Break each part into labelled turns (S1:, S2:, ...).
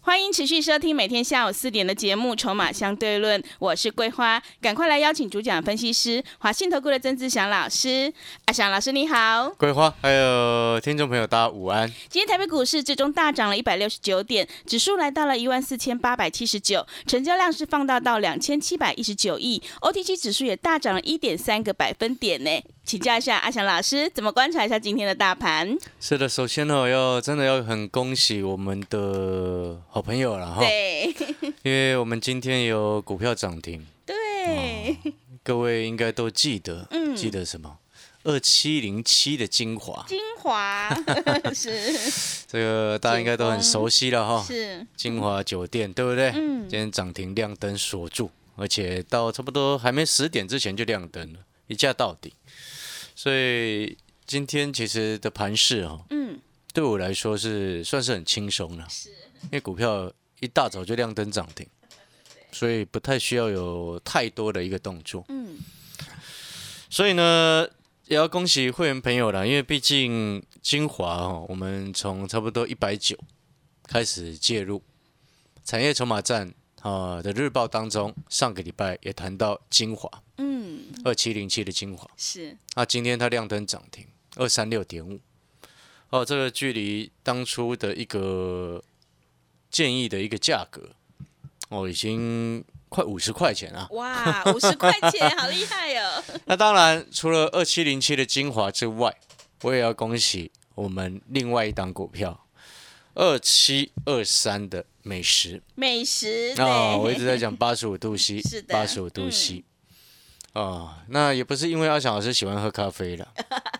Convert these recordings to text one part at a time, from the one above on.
S1: 欢迎持续收听每天下午四点的节目《筹码相对论》，我是桂花，赶快来邀请主讲分析师华信投顾的曾志祥老师。阿祥老师你好，
S2: 桂花，还有听众朋友，大家午安。
S1: 今天台北股市最终大涨了一百六十九点，指数来到了一万四千八百七十九，成交量是放大到两千七百一十九亿，OTC 指数也大涨了一点三个百分点呢。请教一下阿祥老师，怎么观察一下今天的大盘？
S2: 是的，首先呢，要真的要很恭喜我们的好朋友了哈，
S1: 对
S2: 因为我们今天有股票涨停，
S1: 对，
S2: 各位应该都记得，
S1: 嗯
S2: 记得什么？二七零七的精华，
S1: 精华 是
S2: 这个大家应该都很熟悉了哈。
S1: 是，
S2: 金华酒店，对不对？
S1: 嗯
S2: 今天涨停亮灯锁住，而且到差不多还没十点之前就亮灯了，一价到底。所以今天其实的盘势哦，
S1: 嗯。
S2: 对我来说是算是很轻松了，
S1: 是
S2: 因为股票一大早就亮灯涨停，所以不太需要有太多的一个动作。
S1: 嗯，
S2: 所以呢，也要恭喜会员朋友啦，因为毕竟精华哦，我们从差不多一百九开始介入产业筹码站啊、的日报当中，上个礼拜也谈到精华
S1: 嗯，
S2: 二七零七的精华，
S1: 是，
S2: 那今天它亮灯涨停二三六点五，哦，这个距离当初的一个建议的一个价格，哦，已经快五十块钱啊。
S1: 哇，五十块钱，好厉害哦！
S2: 那当然，除了二七零七的精华之外，我也要恭喜我们另外一档股票二七二三的美食
S1: 美食
S2: 啊、
S1: 对
S2: 我一直在讲八十五度 C，
S1: 是的嗯
S2: 八十五度 C。哦，那也不是因为阿翔老师喜欢喝咖啡了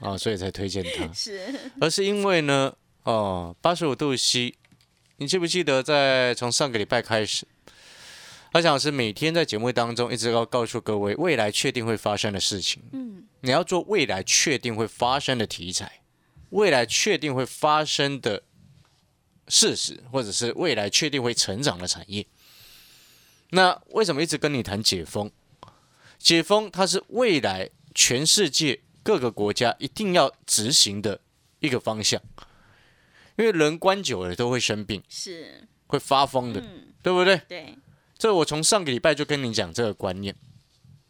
S2: 啊、所以才推荐 他，
S1: 是，
S2: 而是因为呢，哦，八十五度 C，你记不记得在从上个礼拜开始，阿翔老师每天在节目当中一直要告诉各位未来确定会发生的事情。
S1: 嗯，
S2: 你要做未来确定会发生的题材，未来确定会发生的事实，或者是未来确定会成长的产业。那为什么一直跟你谈解封？解封它是未来全世界各个国家一定要执行的一个方向，因为人关久了都会生病，
S1: 是，
S2: 会发疯的，
S1: 嗯，
S2: 对不对？
S1: 对，
S2: 这我从上个礼拜就跟你讲这个观念，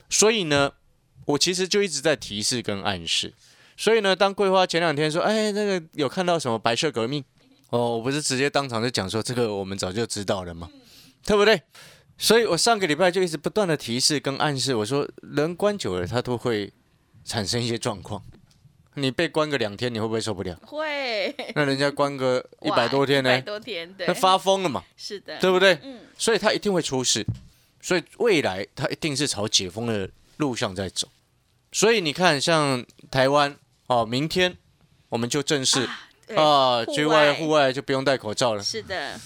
S2: 所以呢，我其实就一直在提示跟暗示。所以呢，当桂花前两天说，哎，那个有看到什么白色革命？哦，我不是直接当场就讲说这个我们早就知道了嘛，对不对？所以我上个礼拜就一直不断的提示跟暗示，我说人关久了他都会产生一些状况。你被关个两天，你会不会受不了？
S1: 会，
S2: 那人家关个一
S1: 哇
S2: 百多天
S1: 一百
S2: 呢，
S1: 多天，对
S2: 那，发疯了嘛，
S1: 是的，
S2: 对不对？
S1: 嗯，
S2: 所以它一定会出事，所以未来它一定是朝解封的路上在走。所以你看，像台湾哦，明天我们就正式
S1: 对
S2: 啊，
S1: 户
S2: 去
S1: 外
S2: 外户外就不用戴口罩了，
S1: 是的，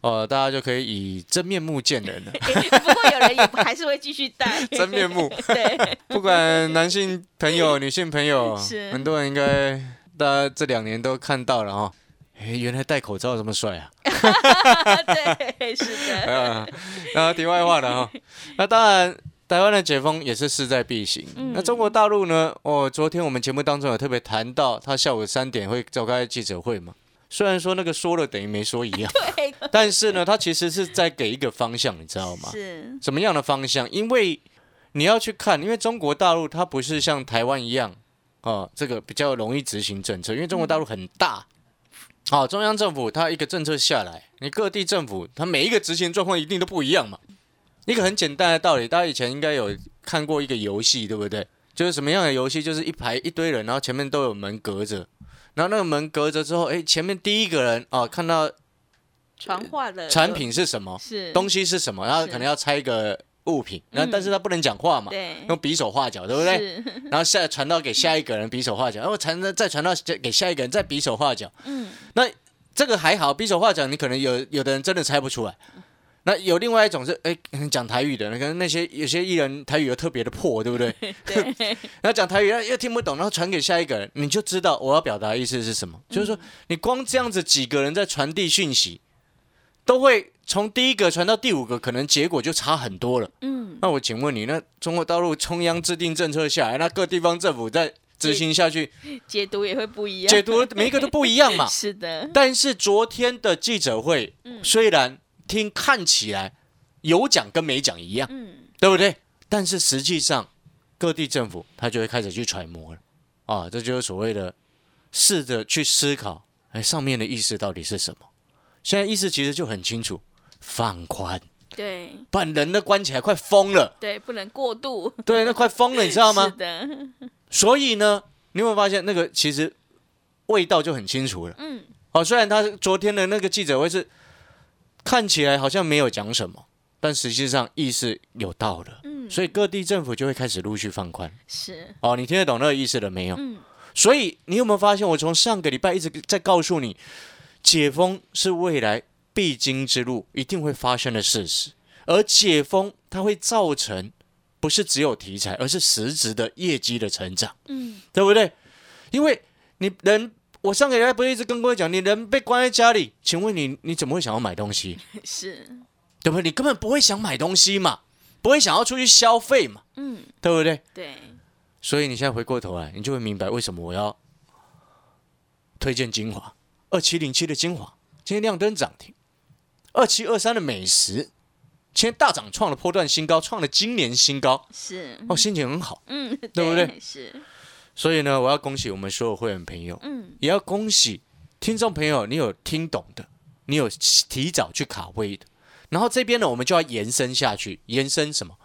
S2: 哦，大家就可以以真面目见 人了。
S1: 不过有人也还是会继续戴，
S2: 真面目，
S1: 对，
S2: 不管男性朋友、女性朋友，
S1: 是
S2: 很多人应该大家这两年都看到了哈、哦。诶原来戴口罩这么帅啊！
S1: 对，是 的，
S2: 啊，那题外话了哈。那当然，台湾的解封也是势在必行。那中国大陆呢？哦，昨天我们节目当中有特别谈到，他下午三点会召开记者会嘛。虽然说那个说了等于没说一样，
S1: 对，
S2: 但是呢，他其实是在给一个方向，你知道吗？
S1: 是，
S2: 什么样的方向？因为你要去看，因为中国大陆它不是像台湾一样哦，这个比较容易执行政策，因为中国大陆很大。好、中央政府它一个政策下来，你各地政府它每一个执行状况一定都不一样嘛。一个很简单的道理，大家以前应该有看过一个游戏，对不对？就是什么样的游戏？就是一排一堆人，然后前面都有门隔着，然后那个门隔着之后，诶，前面第一个人哦，看到
S1: 传话的
S2: 产品是什么，
S1: 是嗯
S2: 东西是什么，然后可能要猜一个物品，然后但是他不能讲话嘛，
S1: 对，
S2: 用比手画脚，对不对？
S1: 是，
S2: 然后下传到给下一个人比手画脚，然后传到再传到给下一个人再比手画脚，
S1: 嗯，
S2: 那这个还好，比手画脚你可能有有的人真的猜不出来，那有另外一种是，哎、讲台语的，可能那些有些艺人台语又特别的破，对不对？
S1: 对，
S2: 然后讲台语，然后又听不懂，然后传给下一个人，你就知道我要表达的意思是什么。
S1: 嗯
S2: 就是说，你光这样子几个人在传递讯息，都会从第一个传到第五个，可能结果就差很多了。
S1: 嗯，
S2: 那我请问你，那中国大陆中央制定政策下来，那各地方政府在执行下去，
S1: 解读也会不一样，。
S2: 解读每一个都不一样嘛
S1: 是的，
S2: 但是昨天的记者会，
S1: 嗯
S2: 虽然听看起来有讲跟没讲一样，
S1: 嗯，
S2: 对不对？但是实际上，各地政府他就会开始去揣摩了啊，这就是所谓的试着去思考，哎，上面的意思到底是什么？现在意思其实就很清楚，放宽，
S1: 对
S2: 把人都关起来，快疯了，
S1: 对，不能过度，
S2: 对，那快疯了，你知道吗
S1: 是？的，
S2: 所以呢，你有没有发现那个其实味道就很清楚了？
S1: 嗯，
S2: 哦，虽然他昨天的那个记者会是看起来好像没有讲什么，但实际上意思有到了，
S1: 嗯
S2: 所以各地政府就会开始陆续放宽。
S1: 是，
S2: 哦，你听得懂那个意思了没有？
S1: 嗯
S2: 所以你有没有发现，我从上个礼拜一直在告诉你，解封是未来必经之路，一定会发生的事实。而解封它会造成不是只有题材，而是实质的业绩的成长。
S1: 嗯，
S2: 对不对？因为你人，我上个礼拜不是一直跟各位讲，你人被关在家里，请问你你怎么会想要买东西？
S1: 是，
S2: 对不对？你根本不会想买东西嘛，不会想要出去消费嘛，
S1: 嗯，
S2: 对不对？
S1: 对，
S2: 所以你现在回过头来，你就会明白为什么我要推荐精华二七零七的精华，今天亮灯涨停；二七二三的美食，今天大涨创了波段新高，创了今年新高，
S1: 是，
S2: 哦，心情很好。
S1: 嗯，对
S2: 不对？
S1: 是，
S2: 所以呢，我要恭喜我们所有会员朋友，
S1: 嗯，
S2: 也要恭喜听众朋友，你有听懂的，你有提早去卡位的。然后这边呢，我们就要延伸下去，延伸什么？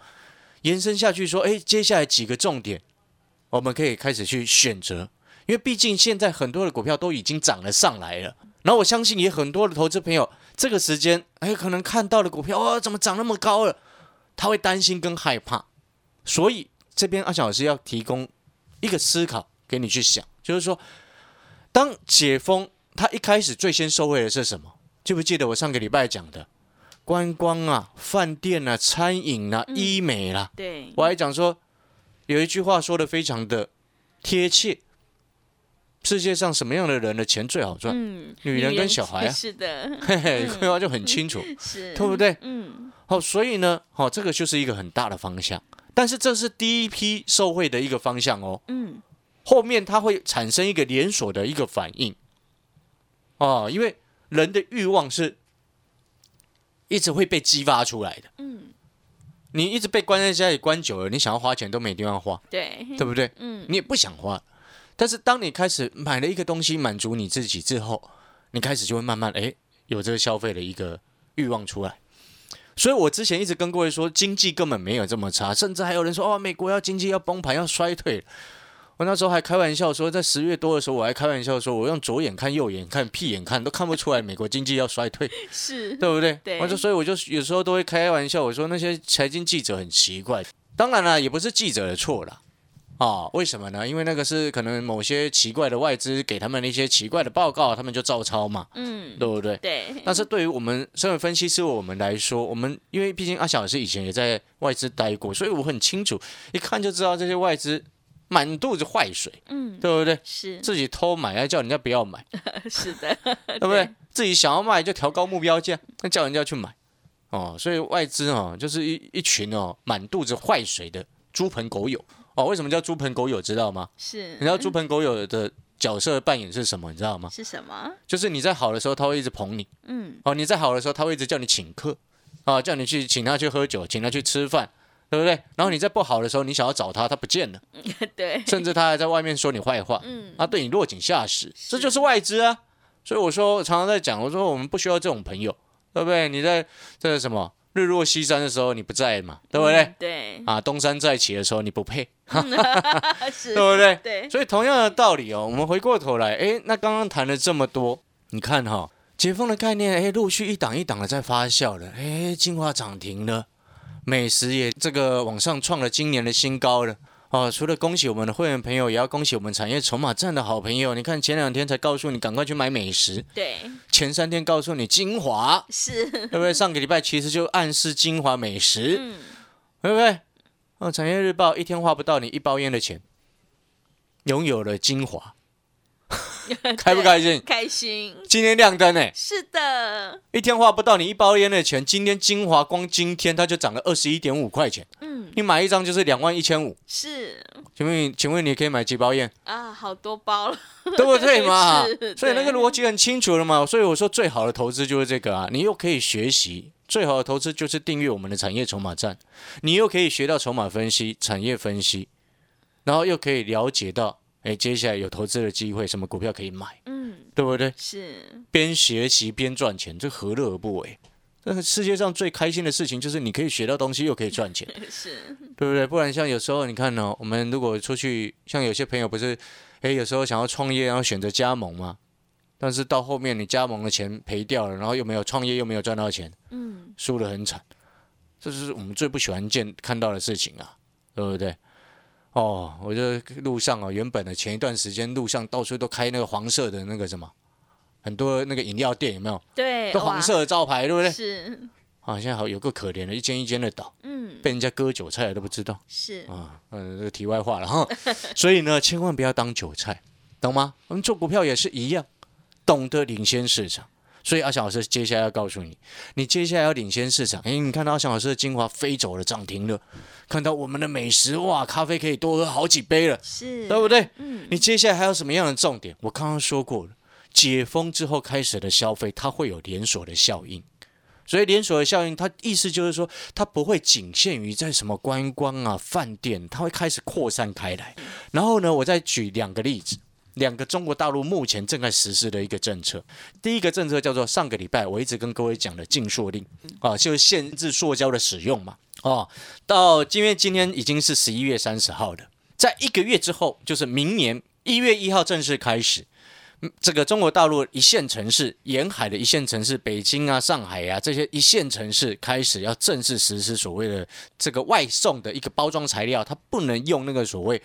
S2: 延伸下去说，哎，接下来几个重点，我们可以开始去选择，因为毕竟现在很多的股票都已经涨了上来了。然后我相信也很多的投资朋友，这个时间，哎，可能看到的股票，哇、怎么涨那么高了？他会担心跟害怕，所以这边阿翔老师要提供一个思考给你去想，就是说，当解封，它一开始最先受惠的是什么？记不记得我上个礼拜讲的观光啊、饭店啊、餐饮啊、医美啦、
S1: 对，
S2: 我还讲说，有一句话说的非常的贴切：世界上什么样的人的钱最好赚？
S1: 嗯，
S2: 女人跟小孩 啊
S1: 是的，
S2: 嘿嘿，规划就很清楚，
S1: 是，
S2: 对不对？
S1: 嗯，
S2: 好、所以呢，好、这个就是一个很大的方向。但是这是第一批受惠的一个方向哦，
S1: 嗯，
S2: 后面它会产生一个连锁的一个反应，哦，因为人的欲望是一直会被激发出来的，
S1: 嗯，
S2: 你一直被关在家里关久了，你想要花钱都没地方花，
S1: 对，
S2: 对不对？
S1: 嗯，
S2: 你也不想花，但是当你开始买了一个东西满足你自己之后，你开始就会慢慢诶有这个消费的一个欲望出来。所以我之前一直跟各位说，经济根本没有这么差，甚至还有人说哦，美国要经济要崩盘要衰退了我那时候还开玩笑说，在十月多的时候，我还开玩笑说，我用左眼看、右眼看、屁眼看，都看不出来美国经济要衰退。
S1: 是，
S2: 对不对？
S1: 对
S2: 我就所以我就有时候都会开玩笑，我说那些财经记者很奇怪。当然啦，也不是记者的错啦。啊、为什么呢？因为那个是可能某些奇怪的外资给他们一些奇怪的报告，他们就照抄嘛，
S1: 嗯，
S2: 对不对？
S1: 对，
S2: 但是对于我们身为分析师，我们来说，我们因为毕竟阿小老师以前也在外资待过，所以我很清楚，一看就知道这些外资满肚子坏水，
S1: 嗯，
S2: 对不对？
S1: 是，
S2: 自己偷买，还叫人家不要买，
S1: 是的，
S2: 对不对？自己想要卖就调高目标价，那叫人家去买哦。所以外资哦，就是一一群哦满肚子坏水的猪朋狗友哦。为什么叫猪朋狗友？知道吗？
S1: 是，
S2: 你知道猪朋狗友的角色扮演是什么？你知道吗？
S1: 是什么？
S2: 就是你在好的时候，他会一直捧你
S1: 嗯，
S2: 哦；你在好的时候，他会一直叫你请客啊、叫你去请他去喝酒，请他去吃饭，对不对？然后你在不好的时候，你想要找他，他不见了，
S1: 对，
S2: 甚至他还在外面说你坏话。
S1: 嗯，
S2: 啊，对你落井下石，这就是外资啊。所以我说，我常常在讲，我说我们不需要这种朋友，对不对？你在这什么日落西山的时候你不在嘛，对不对？
S1: 嗯？对，
S2: 啊，东山再起的时候你不配，
S1: 是
S2: 对，不对？
S1: 对，
S2: 所以同样的道理哦，我们回过头来，诶，那刚刚谈了这么多，你看哈、解封的概念，诶，陆续一档一档的在发酵了，诶，金华涨停了，美食也这个往上创了今年的新高了，哦，除了恭喜我们的会员朋友，也要恭喜我们产业筹码站的好朋友。你看前两天才告诉你赶快去买美食，
S1: 对，
S2: 前三天告诉你精华，
S1: 是，
S2: 对不对？上个礼拜其实就暗示精华美食，
S1: 嗯，
S2: 对不对？哦，产业日报一天花不到你一包烟的钱，拥有了精华，开不开心？
S1: 开心，
S2: 今天亮灯呢，欸
S1: 是的，
S2: 一天花不到你一包烟的钱，今天精华光今天它就涨了二十一点五块钱，
S1: 嗯，
S2: 你买一张就是两万一千五，
S1: 是
S2: 请问你，请问你可以买几包烟？
S1: 啊，好多包了，
S2: 对不对嘛
S1: 是？
S2: 所以那个
S1: 对
S2: 逻辑很清楚了嘛。所以我说最好的投资就是这个啊，你又可以学习，最好的投资就是订阅我们的产业筹码站，你又可以学到筹码分析、产业分析，然后又可以了解到，哎，接下来有投资的机会，什么股票可以买，
S1: 嗯，
S2: 对不对？
S1: 是，
S2: 边学习边赚钱，这何乐而不为？这个世界上最开心的事情就是你可以学到东西，又可以赚钱。
S1: 是，
S2: 对不对？不然像有时候你看呢、哦我们如果出去，像有些朋友不是，诶，有时候想要创业，然后选择加盟嘛，但是到后面你加盟的钱赔掉了，然后又没有创业，又没有赚到钱，
S1: 嗯，
S2: 输得很惨，这是我们最不喜欢见看到的事情啊，对不对？哦，我就路上哦，原本的前一段时间路上到处都开那个黄色的那个什么，很多那个饮料店有没有？
S1: 对，
S2: 都黄色的招牌，对不
S1: 哇，
S2: 对？
S1: 是，
S2: 啊，现在好有个可怜的，一间一间的倒，
S1: 嗯，
S2: 被人家割韭菜了都不知道。
S1: 是，
S2: 啊，嗯，这个题外话了哈。 所以呢，千万不要当韭菜，懂吗？我们做股票也是一样，懂得领先市场。所以阿翔老师接下来要告诉你，你接下来要领先市场。诶，你看到阿翔老师的精华飞走了，涨停了，看到我们的美食哇，咖啡可以多喝好几杯了，
S1: 是，
S2: 对不对？
S1: 嗯，
S2: 你接下来还有什么样的重点？我刚刚说过了，解封之后开始的消费，它会有连锁的效应。所以连锁的效应，它意思就是说，它不会仅限于在什么观光啊、饭店，它会开始扩散开来。然后呢，我再举两个例子，两个中国大陆目前正在实施的一个政策。第一个政策叫做上个礼拜我一直跟各位讲的禁塑令啊，就是限制塑胶的使用嘛。哦，到因为今天已经是十一月三十号了。在一个月之后，就是明年一月一号正式开始。嗯这个中国大陆一线城市、沿海的一线城市，北京啊、上海啊这些一线城市开始要正式实施所谓的这个外送的一个包装材料，它不能用那个所谓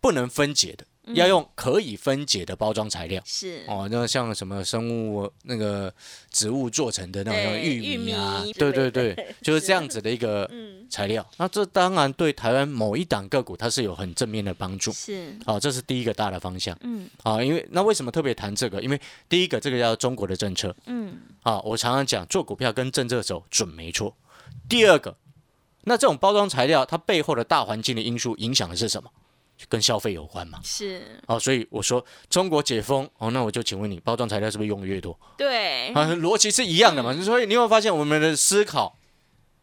S2: 不能分解的，要用可以分解的包装材料。
S1: 是，
S2: 哦，那像什么生物那个植物做成的那种
S1: 对
S2: 玉米啊
S1: 玉米，
S2: 对
S1: 之
S2: 对
S1: 类的
S2: 对，就是这样子的一个
S1: 嗯，
S2: 材料。那这当然对台湾某一档个股它是有很正面的帮助。
S1: 是，
S2: 好、这是第一个大的方向
S1: 嗯
S2: 啊、因为那为什么特别谈这个？因为第一个，这个叫中国的政策
S1: 嗯，
S2: 啊、我常常讲做股票跟政策走准没错。第二个，那这种包装材料它背后的大环境的因素影响的是什么？就跟消费有关嘛。
S1: 是，
S2: 哦，所以我说中国解封哦，那我就请问你，包装材料是不是用越多？
S1: 对，
S2: 啊，逻辑是一样的嘛。所以你有没有发现我们的思考？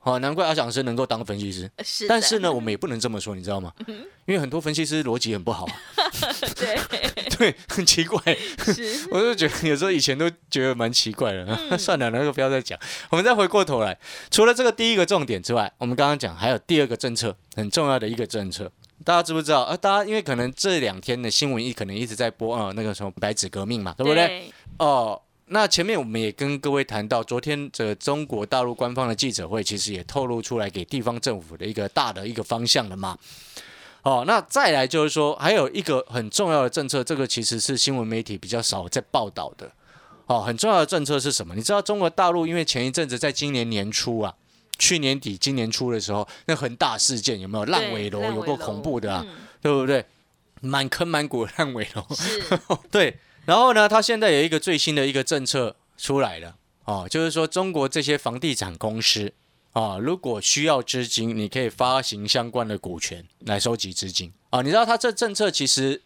S2: 哦，难怪阿讲师能够当分析师。
S1: 是，
S2: 但是，呢，我们也不能这么说，你知道吗？因为很多分析师逻辑很不好、啊，
S1: 对，
S2: 对，很奇怪。
S1: 是，
S2: 我就觉得有时候以前都觉得蛮奇怪的， 算了，那个不要再讲。我们再回过头来，除了这个第一个重点之外，我们刚刚讲还有第二个政策，很重要的一个政策。大家知不知道？啊，大家因为可能这两天的新闻一可能一直在播啊、呃那个什么白纸革命 嘛，对不对？
S1: 对？
S2: 哦，那前面我们也跟各位谈到，昨天这中国大陆官方的记者会其实也透露出来给地方政府的一个大的一个方向了嘛。哦，那再来就是说，还有一个很重要的政策，这个其实是新闻媒体比较少在报道的。哦，很重要的政策是什么？你知道中国大陆因为前一阵子在今年年初啊，去年底今年初的时候，那很大事件有没有？烂尾楼有够恐怖的啊，
S1: 嗯
S2: 对不对？满坑满谷的烂尾楼，
S1: 是，
S2: 对，然后呢，它现在有一个最新的一个政策出来了哦，就是说中国这些房地产公司啊、如果需要资金，你可以发行相关的股权来收集资金啊、你知道它这政策其实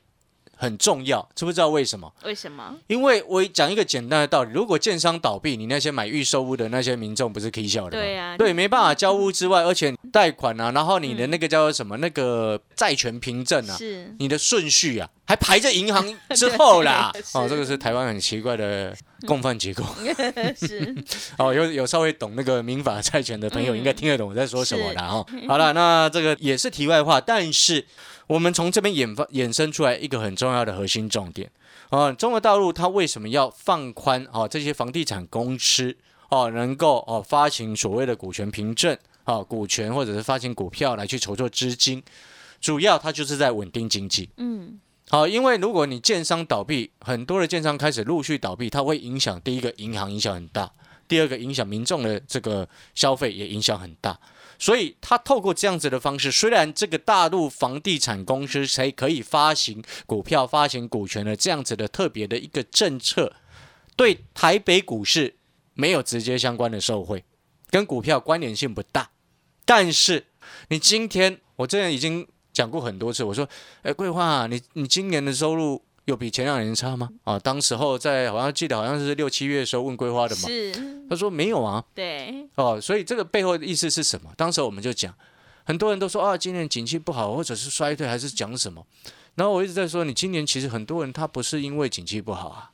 S2: 很重要，知不知道为什么？
S1: 为什么？
S2: 因为我讲一个简单的道理，如果建商倒闭，你那些买预售屋的那些民众不是 K 笑的吗？
S1: 对啊 嗯
S2: 对，没办法交屋之外，而且贷款啊，然后你的那个叫做什么、那个债权凭证啊，
S1: 是，
S2: 你的顺序啊，还排在银行之后啦
S1: 对。是
S2: 哦，这个是台湾很奇怪的共 犯结构。
S1: 是，
S2: 哦，有有稍微懂那个民法债权的朋友，
S1: 嗯
S2: 应该听得懂我在说什么啦。哦。好了，那这个也是题外话，但是我们从这边衍发衍生出来一个很重要的核心重点哦，中国大陆它为什么要放宽哦这些房地产公司哦能够哦发行所谓的股权凭证哦股权或者是发行股票来去筹措资金？主要它就是在稳定经济。
S3: 嗯，
S2: 好，因为如果你建商倒闭，很多的建商开始陆续倒闭，它会影响第一个银行影响很大，第二个影响民众的这个消费也影响很大。所以它透过这样子的方式，虽然这个大陆房地产公司才可以发行股票、发行股权的这样子的特别的一个政策，对台北股市没有直接相关的受惠，跟股票关联性不大。但是你今天，我之前已经讲过很多次，我说哎，桂花、啊，你你今年的收入有比前两年差吗？啊，当时候在好像记得好像是六七月的时候问桂花的嘛，
S3: 是，
S2: 他说没有啊，
S3: 对，
S2: 哦，所以这个背后的意思是什么？当时我们就讲，很多人都说啊，今年景气不好，或者是衰退，还是讲什么？然后我一直在说，你今年其实很多人他不是因为景气不好啊，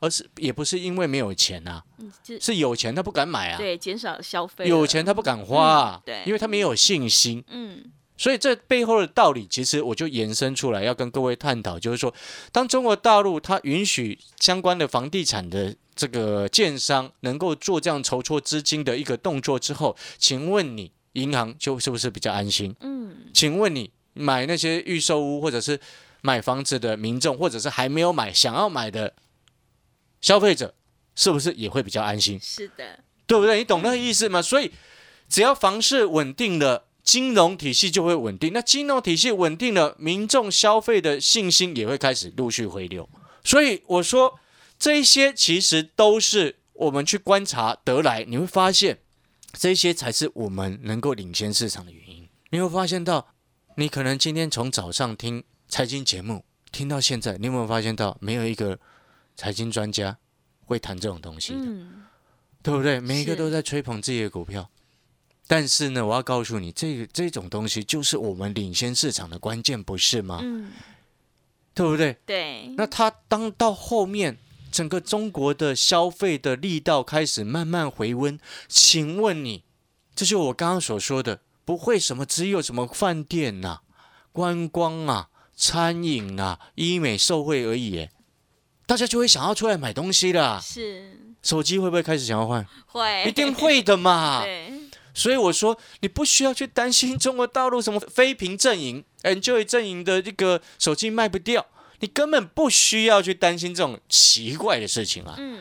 S2: 而是也不是因为没有钱啊，
S3: 就是
S2: 有钱他不敢买啊，
S3: 对，减少消费，
S2: 有钱，他不敢花、
S3: 嗯
S2: 啊
S3: 对
S2: 因为他没有信心。
S3: 嗯，
S2: 所以这背后的道理，其实我就延伸出来要跟各位探讨，就是说，当中国大陆它允许相关的房地产的这个建商能够做这样筹措资金的一个动作之后，请问你银行就是不是比较安心？
S3: 嗯，
S2: 请问你买那些预售屋或者是买房子的民众，或者是还没有买想要买的消费者，是不是也会比较安心？
S3: 是的，
S2: 对不对？你懂那个意思吗？所以只要房市稳定了，金融体系就会稳定。那金融体系稳定了，民众消费的信心也会开始陆续回流。所以我说，这些其实都是我们去观察得来，你会发现，这些才是我们能够领先市场的原因。你会发现到，你可能今天从早上听财经节目听到现在，你有没有发现到，没有一个财经专家会谈这种东西的？
S3: 嗯，
S2: 对不对？每一个
S3: 是
S2: 都在吹捧自己的股票，但是呢，我要告诉你，这个这种东西就是我们领先市场的关键，不是吗？
S3: 嗯，
S2: 对不对？
S3: 对，
S2: 啊那它当到后面，整个中国的消费的力道开始慢慢回温，请问你，这就是我刚刚所说的，不会什么只有什么饭店呐、观光啊、餐饮啊、医美受惠而已耶，大家就会想要出来买东西啦。
S3: 是
S2: 手机会不会开始想要换？
S3: 会，
S2: 一定会啊 的嘛。
S3: 哎对，
S2: 所以我说，你不需要去担心中国大陆什么非屏阵营、Enjoy 阵营的这个手机卖不掉，你根本不需要去担心这种奇怪的事情啊，
S3: 嗯，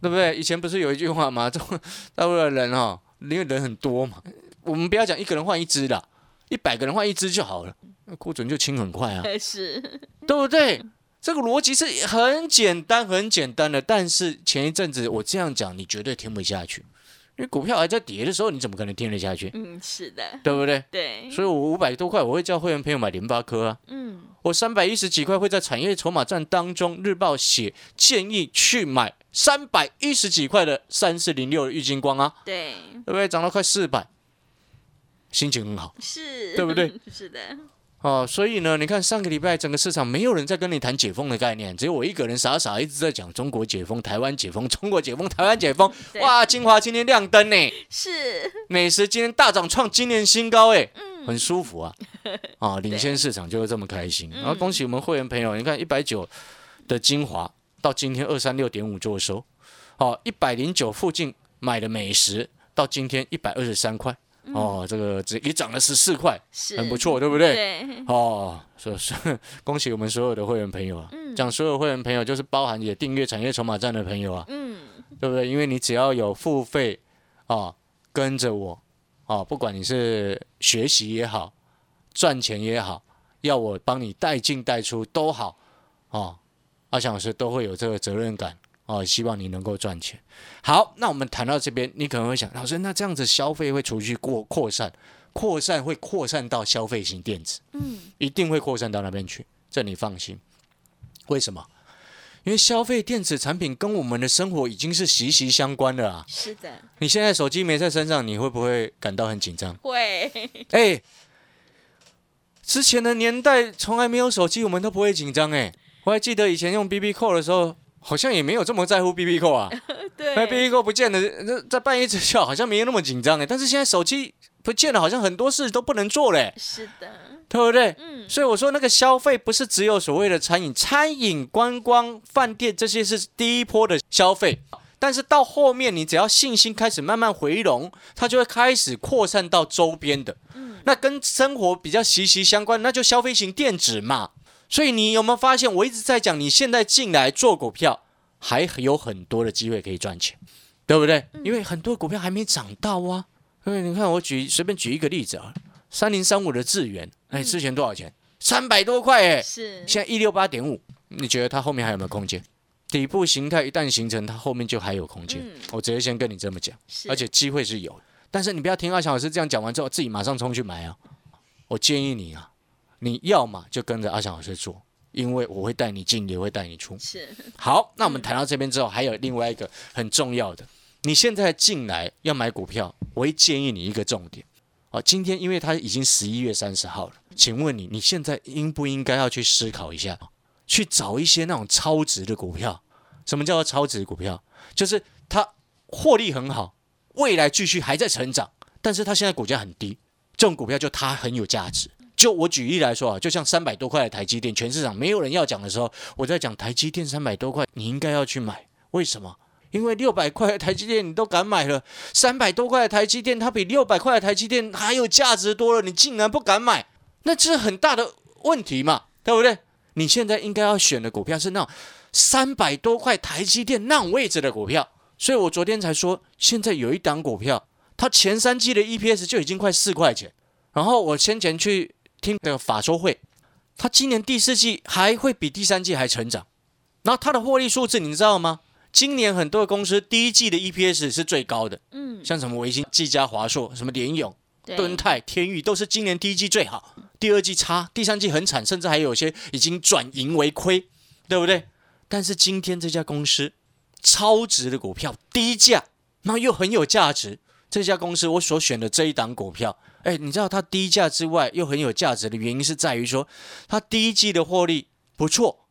S2: 对不对？以前不是有一句话吗？中国大陆的人哦，因为人很多嘛，我们不要讲一个人换一只啦，一百个人换一只就好了，那库存就清很快啊。
S3: 是，
S2: 对不对？这个逻辑是很简单、很简单的，但是前一阵子我这样讲，你绝对听不下去，因为股票还在跌的时候，你怎么可能听得下去？
S3: 嗯，是的，
S2: 对不对？
S3: 对，
S2: 所以我五百多块，我会叫会员朋友买联发科啊，
S3: 嗯，
S2: 我三百一十几块会在产业筹码战当中，日报写建议去买三百一十几块的三四零六的玉金光啊，
S3: 对，
S2: 对不对？涨到快四百，心情很好。
S3: 是，
S2: 对不对？
S3: 是的，
S2: 哦，所以呢，你看上个礼拜整个市场没有人在跟你谈解封的概念，只有我一个人傻傻一直在讲中国解封、台湾解封、中国解封、台湾解封。
S3: 对
S2: 哇，金华今天亮灯呢，
S3: 是，
S2: 美食今天大涨，创今年新高哎，
S3: 嗯
S2: 很舒 服啊。啊，领先市场就是这么开
S3: 嗯
S2: 心。然后恭喜我们会员朋友，你看一百九的精华到今天二三六点五做收，哦，一百零九附近买的美食到今天一百二十三块，哦，这个只也涨了十四块，
S3: 嗯是，
S2: 很不，错，对不对？
S3: 对，
S2: 哦，所 所恭喜我们所有的会员朋友啊！
S3: 嗯
S2: 讲所有会员朋友，就是包含也订阅产业筹码站的朋友啊，
S3: 嗯，
S2: 对不对？因为你只要有付费啊、哦跟着我啊、哦不管你是学习也好，赚钱也好，要我帮你带进带出都好哦，阿翔老师都会有这个责任感哦，希望你能够赚钱。好，那我们谈到这边，你可能会想，老师，那这样子消费会持续过扩散，扩散会扩散到消费型电子。
S3: 嗯，
S2: 一定会扩散到那边去，这你放心。为什么？因为消费电子产品跟我们的生活已经是息息相关了啊！
S3: 是的，
S2: 你现在手机没在身上，你会不会感到很 紧张？
S3: 会，
S2: 哎，之前的年代从来没有手机，我们都不会紧张哎。我还记得以前用 BB 扣的时候，好像也没有这么在乎 BB 扣啊。那 BB
S3: 对，
S2: 扣不见了，那在半夜睡觉好像没有那么紧张哎。但是现在手机不见了，好像很多事都不能做哎嘞，
S3: 是的，
S2: 对不对？
S3: 嗯，
S2: 所以我说那个消费不是只有所谓的餐饮、餐饮、观光、饭店这些是第一波的消费，但是到后面，你只要信心开始慢慢回笼，它就会开始扩散到周边的。
S3: 嗯
S2: 那跟生活比较息息相关，那就消费型电子嘛。所以你有没有发现，我一直在讲，你现在进来做股票，还有很多的机会可以赚钱，对不对？因为很多股票还没涨到啊。因为你看，我举随便举一个例子啊，三零三五的智源，哎，之前多少钱？三百多块哎、
S3: 是
S2: 现在一六八点五，你觉得它后面还有没有空间？底部形态一旦形成，它后面就还有空间。
S3: 嗯
S2: 我直接先跟你这么讲，
S3: 是，
S2: 而且机会是有的。但是你不要听阿翔老师这样讲完之后，自己马上冲去买啊！我建议你啊，你要嘛就跟着阿翔老师做，因为我会带你进，也会带你出。
S3: 是
S2: 好，那我们谈到这边之后，还有另外一个很重要的，你现在进来要买股票，我会建议你一个重点。哦，今天因为它已经十一月三十号了，请问你，你现在应不应该要去思考一下，去找一些那种超值的股票？什么叫做超值股票？就是它获利很好，未来继续还在成长，但是它现在股价很低，这种股票就它很有价值。就我举例来说啊，就像三百多块的台积电，全市场没有人要讲的时候，我在讲台积电三百多块，你应该要去买。为什么？因为六百块的台积电你都敢买了，三百多块的台积电它比六百块的台积电还有价值多了，你竟然不敢买，那这是很大的问题嘛，对不对？你现在应该要选的股票是那种三百多块台积电那种位置的股票，所以我昨天才说，现在有一档股票，它前三季的 EPS 就已经快四块钱，然后我先前去听那个法说会，它今年第四季还会比第三季还成长。然后它的获利数字你知道吗？今年很多的公司第一季的 EPS 是最高的，
S3: 嗯，
S2: 像什么维新、技嘉、华硕、什么联咏、
S3: 对
S2: 敦泰、天域都是今年第一季最好，第二季差，第三季很惨，甚至还有些已经转盈为亏，对不对？但是今天这家公司超值的股票，低价，然后又很有价值。这家公司我所选的这一档股票，哎，你知道它低价之外又很有价值的原因是在于说，它第一季的获利不错，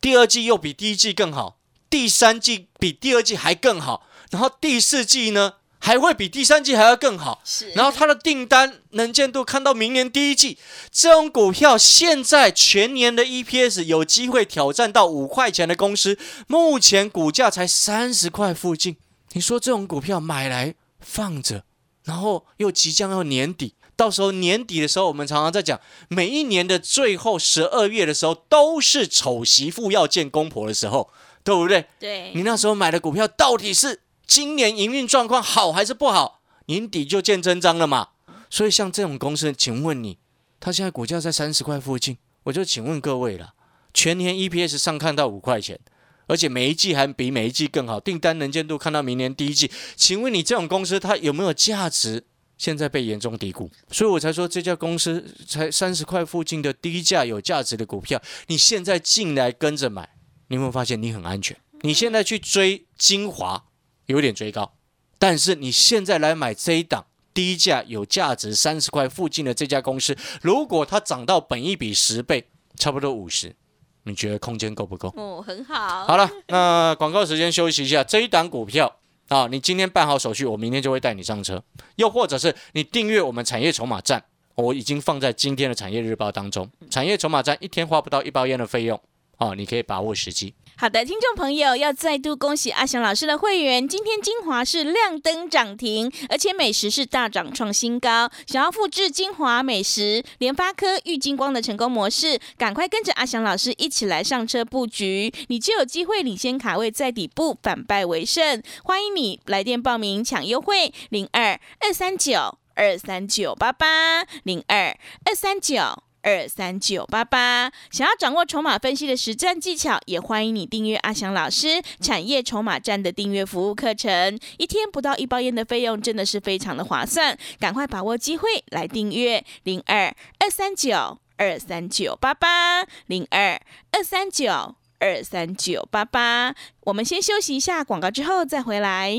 S2: 第二季又比第一季更好，第三季比第二季还更好，然后第四季呢还会比第三季还要更好。
S3: 是，
S2: 然后它的订单能见度看到明年第一季，这种股票现在全年的 EPS 有机会挑战到五块钱的公司，目前股价才三十块附近。你说这种股票买来放着，然后又即将要年底，到时候年底的时候，我们常常在讲，每一年的最后十二月的时候，都是丑媳妇要见公婆的时候，对不对？
S3: 对
S2: 你那时候买的股票到底是今年营运状况好还是不好，年底就见真章了嘛。所以像这种公司，请问你，它现在股价在三十块附近，我就请问各位了，全年 EPS 上看到五块钱，而且每一季还比每一季更好，订单能见度看到明年第一季，请问你这种公司它有没有价值？现在被严重低估，所以我才说这家公司才三十块附近的低价有价值的股票，你现在进来跟着买，你有没有发现你很安全？你现在去追精华，有点追高，但是你现在来买这一档低价有价值三十块附近的这家公司，如果它涨到本一比十倍，差不多五十，你觉得空间够不够？
S3: 哦，很好，
S2: 好了，那广告时间休息一下。这一档股票啊，你今天办好手续，我明天就会带你上车。又或者是你订阅我们产业筹码站，我已经放在今天的产业日报当中。产业筹码站一天花不到一包烟的费用啊，你可以把握时机。
S1: 好的，听众朋友，要再度恭喜阿翔老师的会员，今天精华是亮灯涨停，而且美食是大涨创新高。想要复制精华、美食、联发科、玉金光的成功模式，赶快跟着阿翔老师一起来上车布局，你就有机会领先卡位在底部，反败为胜。欢迎你来电报名抢优惠，零二二三九二三九八八零二二三九。二三九八八，想要掌握筹码分析的实战技巧，也欢迎你订阅阿翔老师产业筹码站的订阅服务课程，一天不到一包烟的费用，真的是非常的划算，赶快把握机会来订阅零二二三九二三九八八零二二三九二三九八八，我们先休息一下广告，之后再回来。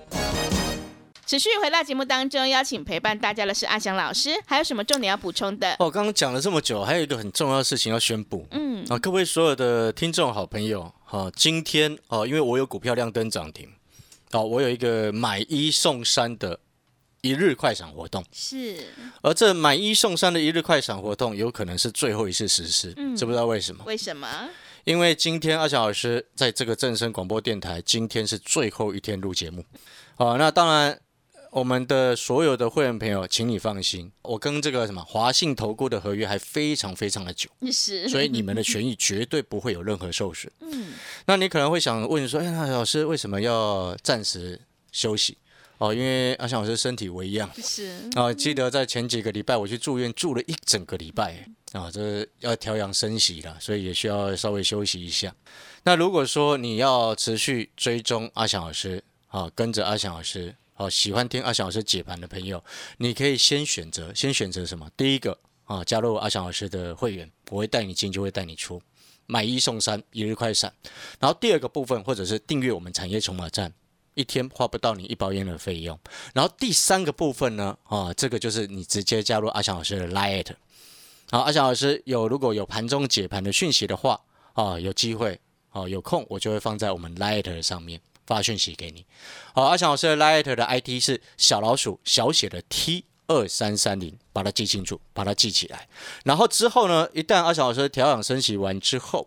S1: 持续回到节目当中，邀请陪伴大家的是阿翔老师，还有什么重点要补充的？
S2: 哦，刚刚讲了这么久，还有一个很重要的事情要宣布。
S1: 嗯，
S2: 啊，各位所有的听众好朋友，哈、今天哦、因为我有股票亮灯涨停，哦，我有一个买一送三的一日快闪活动，
S3: 是，
S2: 而这买一送三的一日快闪活动有可能是最后一次实施，
S1: 嗯
S2: 知不知道为什么？
S1: 为什么？
S2: 因为今天阿翔老师在这个正声广播电台，今天是最后一天录节目，哦，那当然。我们的所有的会员朋友，请你放心，我跟这个什么华信投顾的合约还非常非常的久，
S3: 是，
S2: 所以你们的权益绝对不会有任何受损。
S3: 嗯，
S2: 那你可能会想问说，哎，那老师为什么要暂时休息？哦，因为阿翔老师身体为恙
S3: 是，
S1: 嗯
S2: 啊、记得在前几个礼拜我去住院住了一整个礼拜啊、这要调养生息了，所以也需要稍微休息一下。那如果说你要持续追踪阿翔老师啊、跟着阿翔老师。哦，喜欢听阿翔老师解盘的朋友，你可以先选择，先选择什么？第一个啊、加入阿翔老师的会员，我会带你进，就会带你出，买一送三，一日快闪。然后第二个部分，或者是订阅我们产业筹码站，一天花不到你一包烟的费用。然后第三个部分呢，啊，这个就是你直接加入阿翔老师的 Lite。好，阿翔老师有如果有盘中解盘的讯息的话，啊，有机会，啊，有空我就会放在我们 Lite 上面发讯息给你。好，阿翔老师的 Lite 的 IT 是小老鼠小写的 T。二三三零，把它记清楚，把它记起来。然后之后呢，一旦阿翔老师调养升息完之后，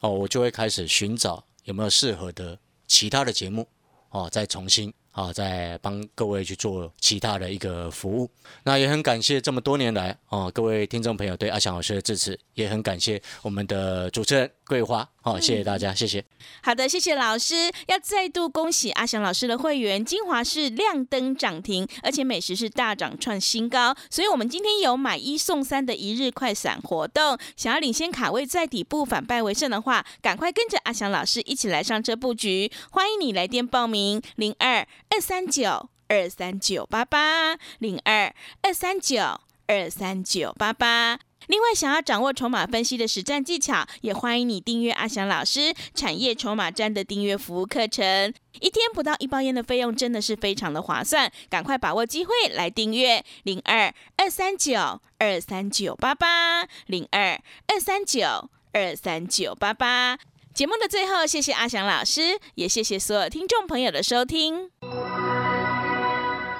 S2: 哦，我就会开始寻找有没有适合的其他的节目哦，再重新啊、再帮各位去做其他的一个服务。那也很感谢这么多年来哦，各位听众朋友对阿翔老师的支持，也很感谢我们的主持人桂花哦，谢谢大家，谢谢。
S1: 好的，谢谢老师。要再度恭喜阿翔老师的会员，金华是亮灯涨停，而且美食是大涨创新高。所以，我们今天有买一送三的一日快闪活动，想要领先卡位在底部反败为胜的话，赶快跟着阿翔老师一起来上车布局。欢迎你来电报名：零二二三九二三九八八零二二三九二三九八八。另外，想要掌握筹码分析的实战技巧，也欢迎你订阅阿翔老师《产业筹码站》的订阅服务课程。一天不到一包烟的费用，真的是非常的划算，赶快把握机会来订阅零二二三九二三九八八零二二三九二三九八八。节目的最后，谢谢阿翔老师，也谢谢所有听众朋友的收听。